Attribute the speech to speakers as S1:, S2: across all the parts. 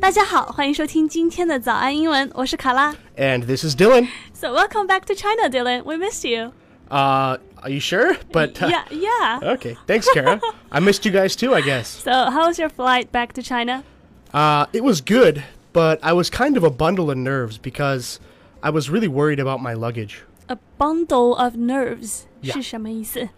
S1: 大家好，欢迎收听今天的早安英文，我是卡拉。
S2: And this is Dylan.
S1: So welcome back to China, Dylan. We missed you.
S2: Uh, are you sure? But uh,
S1: yeah, yeah.
S2: okay, thanks, Kara. I missed you guys too, I guess.
S1: So how was your flight back to China?
S2: Uh, it was good, but I was kind of a bundle of nerves because I was really worried about my luggage.
S1: A bundle of nerves
S2: Yeah.
S1: 是什么意思？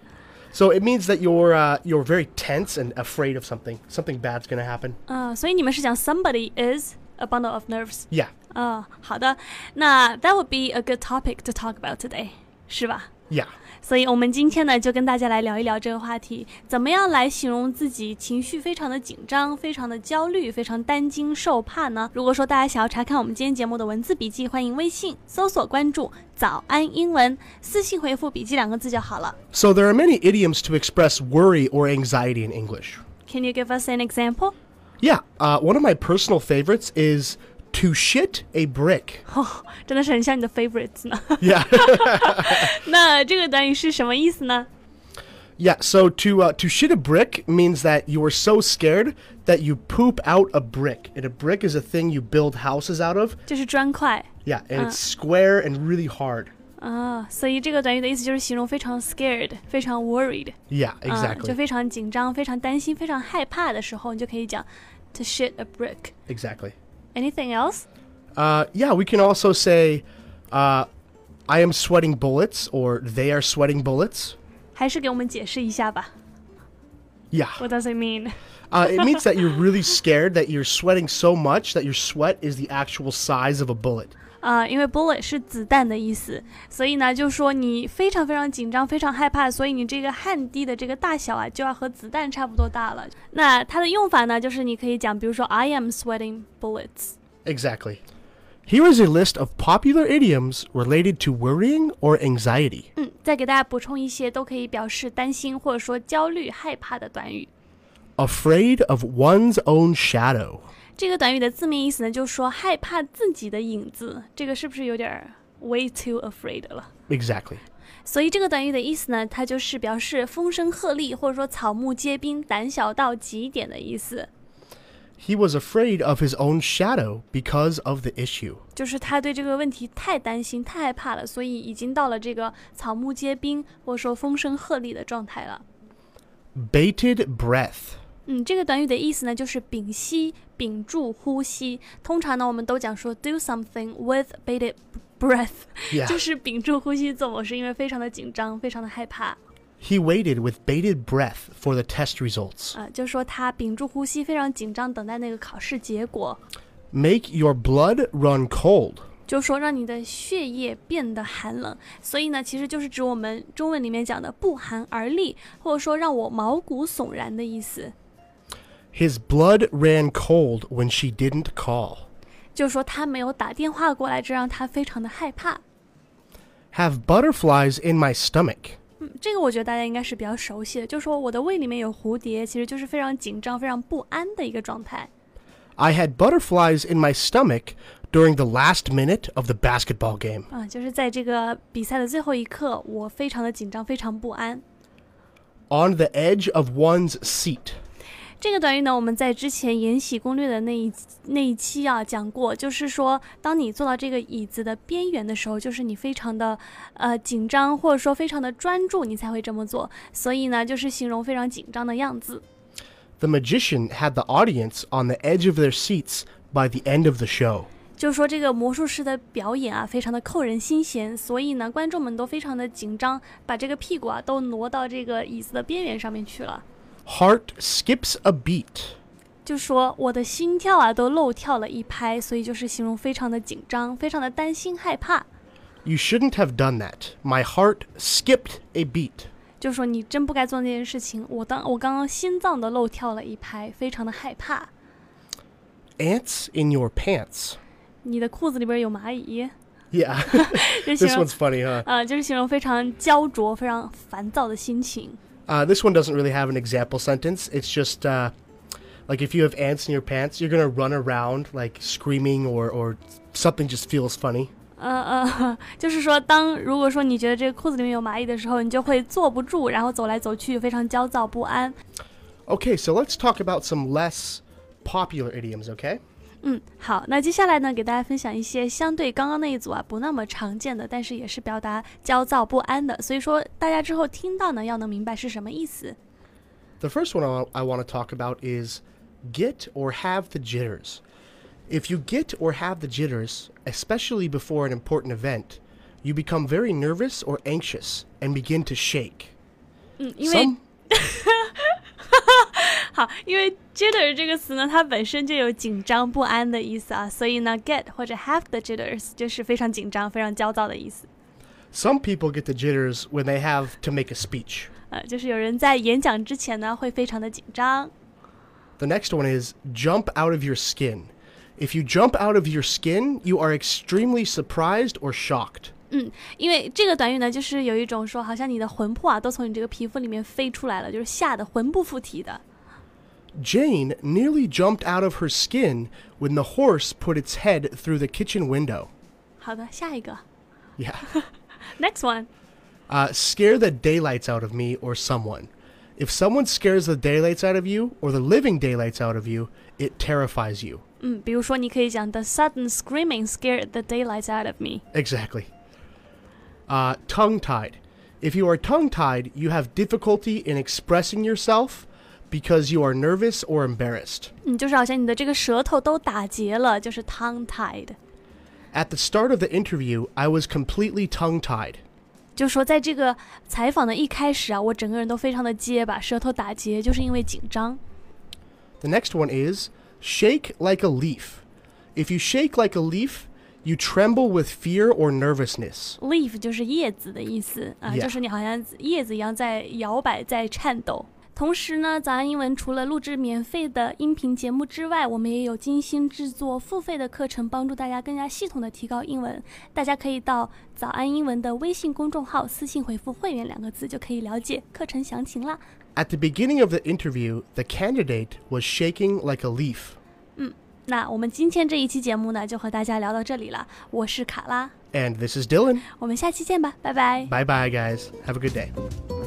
S2: So it means that you're uh, you're very tense and afraid of something. Something bad's gonna happen.
S1: 啊、所以你们是讲 somebody is a bundle of nerves。
S2: Yeah,
S1: 啊、好的，那 that would be a good topic to talk about today，是吧？
S2: yeah.
S1: 所以我们今天呢，就跟大家来聊一聊这个话题，怎么样来形容自己情绪非常的紧张、非常的焦虑、非常担惊受怕呢？如果说大家想要查看我们今天节目的文字笔记，欢迎微信搜索关注“早安英文”，私信回复“笔记”两个字就好了。
S2: So there are many idioms to express worry or anxiety in English.
S1: Can you give us an example？
S2: Yeah, uh, one of my personal favorites is to shit a brick.
S1: 哦，真的是很像你的 favorites 呢。
S2: Yeah.
S1: 那这个短语是什么意思呢？
S2: Yeah, so to uh, to shit a brick means that you are so scared that you poop out a brick. And a brick is a thing you build houses out of.
S1: 就是砖块
S2: Yeah, and it's square and really hard.
S1: 啊，所以这个短语的意思就是形容非常 scared、非常 worried。
S2: Yeah,
S1: 啊，
S2: exactly.
S1: 就非常紧张、非常担心、非常害怕的时候，你就可以讲 to shit a brick。
S2: exactly.
S1: Anything else？
S2: Uh, yeah, we can also say, uh, I am sweating bullets, or they are sweating bullets.
S1: 还是给我们解释一下吧。
S2: Yeah.
S1: What does it mean？
S2: Uh, it means that you're really scared that you're sweating so much that your sweat is the actual size of a bullet.
S1: 啊、因为 bullet 是子弹的意思，所以呢，就说你非常非常紧张、非常害怕，所以你这个汗滴的这个大小啊，就要和子弹差不多大了。那它的用法呢，就是你可以讲，比如说 I am sweating bullets。
S2: Exactly. Here is a list of popular idioms related to worrying or anxiety.
S1: 嗯，再给大家补充一些都可以表示担心或者说焦虑、害怕的短语。
S2: afraid of one's own shadow.
S1: 这个短语的字面意思呢，就是说害怕自己的影子，这个是不是有点儿 way too afraid 了？
S2: Exactly.
S1: 所以这个短语的意思呢，它就是表示风声鹤唳，或者说草木皆兵、胆小到极点的意思。
S2: He was afraid of his own shadow because of the issue.
S1: 就是他对这个问题太担心、太害怕了，所以已经到了这个草木皆兵或者说风声鹤唳的状态了。
S2: Bated breath.
S1: 嗯，这个短语的意思呢，就是屏息、屏住呼吸。通常呢，我们都讲说 do something with bated breath，
S2: Yeah.
S1: 就是屏住呼吸做某事，因为非常的紧张，非常的害怕啊、
S2: He waited with bated breath for the test results.
S1: 呃就说他屏住呼吸，非常紧张，等待那个考试结果，
S2: Make your blood run cold.
S1: 就说让你的血液变得寒冷。所以呢，其实就是指我们中文里面讲的“不寒而栗”，或者说让我毛骨悚然的意思。
S2: His blood ran cold when she didn't call.
S1: 就说他没有打电话过来，这让他非常的害怕。
S2: Have butterflies in my stomach.
S1: 这个我觉得大家应该是比较熟悉的，就说我的胃里面有蝴蝶，其实就是非常紧张、非常不安的一个状态。
S2: I had butterflies in my stomach during the last minute of the basketball game.
S1: 啊、就是在这个比赛的最后一刻，我非常的紧张，非常不安。
S2: On the edge of one's seat.
S1: 这个短语呢，我们在之前《延禧攻略》的那一那一期啊讲过，就是说，当你坐到这个椅子的边缘的时候，就是你非常的呃紧张，或者说非常的专注，你才会这么做。所以呢，就是形容非常紧张的样子。
S2: The magician had the audience on the edge of their seats by the end of the show.
S1: 就是说，这个魔术师的表演啊，非常的扣人心弦，所以呢，观众们都非常的紧张，把这个屁股啊都挪到这个椅子的边缘上面去了。
S2: Heart skips a beat.
S1: 就说我的心跳啊都漏跳了一拍，所以就是形容非常的紧张，非常的担心害怕。
S2: You shouldn't have done that. My heart skipped a beat.
S1: 就说你真不该做那件事情。我当我刚刚心脏都漏跳了一拍，非常的害怕。
S2: Ants in your pants.
S1: 你的裤子里边有蚂蚁，
S2: Yeah,
S1: 这形
S2: this
S1: 容
S2: one's funny, huh?
S1: 呃，就是形容非常焦灼、非常烦躁的心情。
S2: Uh, this one doesn't really have an example sentence. It's just uh, like if you have ants in your pants, you're gonna run around like screaming or, or something just feels funny.
S1: 呃呃， 就是说，当如果说你觉得这个裤子里面有蚂蚁的时候，你就会坐不住，然后走来走去，非常焦躁不安。
S2: Okay, so let's talk about some less popular idioms, okay?
S1: 嗯，好，那接下来呢，给大家分享一些相对刚刚那一组啊不那么常见的，但是也是表达焦躁不安的，所以说大家之后听到呢，要能明白是什么意思。
S2: The first one I wa- I want to talk about is get or have the jitters. If you get or have the jitters, especially before an important event, you become very nervous or anxious and begin to shake.
S1: 嗯，因为
S2: Some-
S1: 好，因为 jitter 这个词呢，它本身就有紧张不安的意思啊，所以呢，get 或者 have the jitters 就是非常紧张、非常焦躁的意思。
S2: Some people get the jitters when they have to make a speech.
S1: 呃，就是有人在演讲之前呢，会非常的紧张。
S2: The next one is jump out of your skin. If you jump out of your skin, you are extremely surprised or shocked.
S1: 嗯，因为这个短语呢，就是有一种说，好像你的魂魄啊，都从你这个皮肤里面飞出来了，就是吓得魂不附体的。
S2: Jane nearly jumped out of her skin when the horse put its head through the kitchen window.
S1: 好的，下一个
S2: Yeah.
S1: ，next one。
S2: Uh, scare the daylights out of me or someone. If someone scares the daylights out of you or the living daylights out of you, it terrifies you.
S1: 嗯，比如说你可以讲 The sudden screaming scared the daylights out of me。
S2: Exactly. Uh, tongue tied. If you are tongue tied, you have difficulty in expressing yourself because you are nervous or embarrassed.
S1: 嗯，就是好像你的这个舌头都打结了，就是 tongue tied。
S2: At the start of the interview, I was completely tongue tied.
S1: 就说在这个采访的一开始啊，我整个人都非常的结巴，舌头打结，就是因为紧张。
S2: The next one is shake like a leaf. If you shake like a leaf, you tremble with fear or nervousness.
S1: Leaf 就是叶子的意思啊
S2: Yeah
S1: 就是你好像叶子一样在摇摆，在颤抖。同时呢，早安英文除了录制免费的音频节目之外，我们也有精心制作付费的课程，帮助大家更加系统的提高英文。大家可以到早安英文的微信公众号私信回复“会员”两个字，就可以了解课程详情啦。
S2: At the beginning of the interview, the candidate was shaking like a leaf,
S1: 那我们今天这一期节目呢，就和大家聊到这里了。我是卡拉，
S2: and this is Dylan.
S1: 我们下期见吧，拜拜。
S2: Bye bye, guys. Have a good day.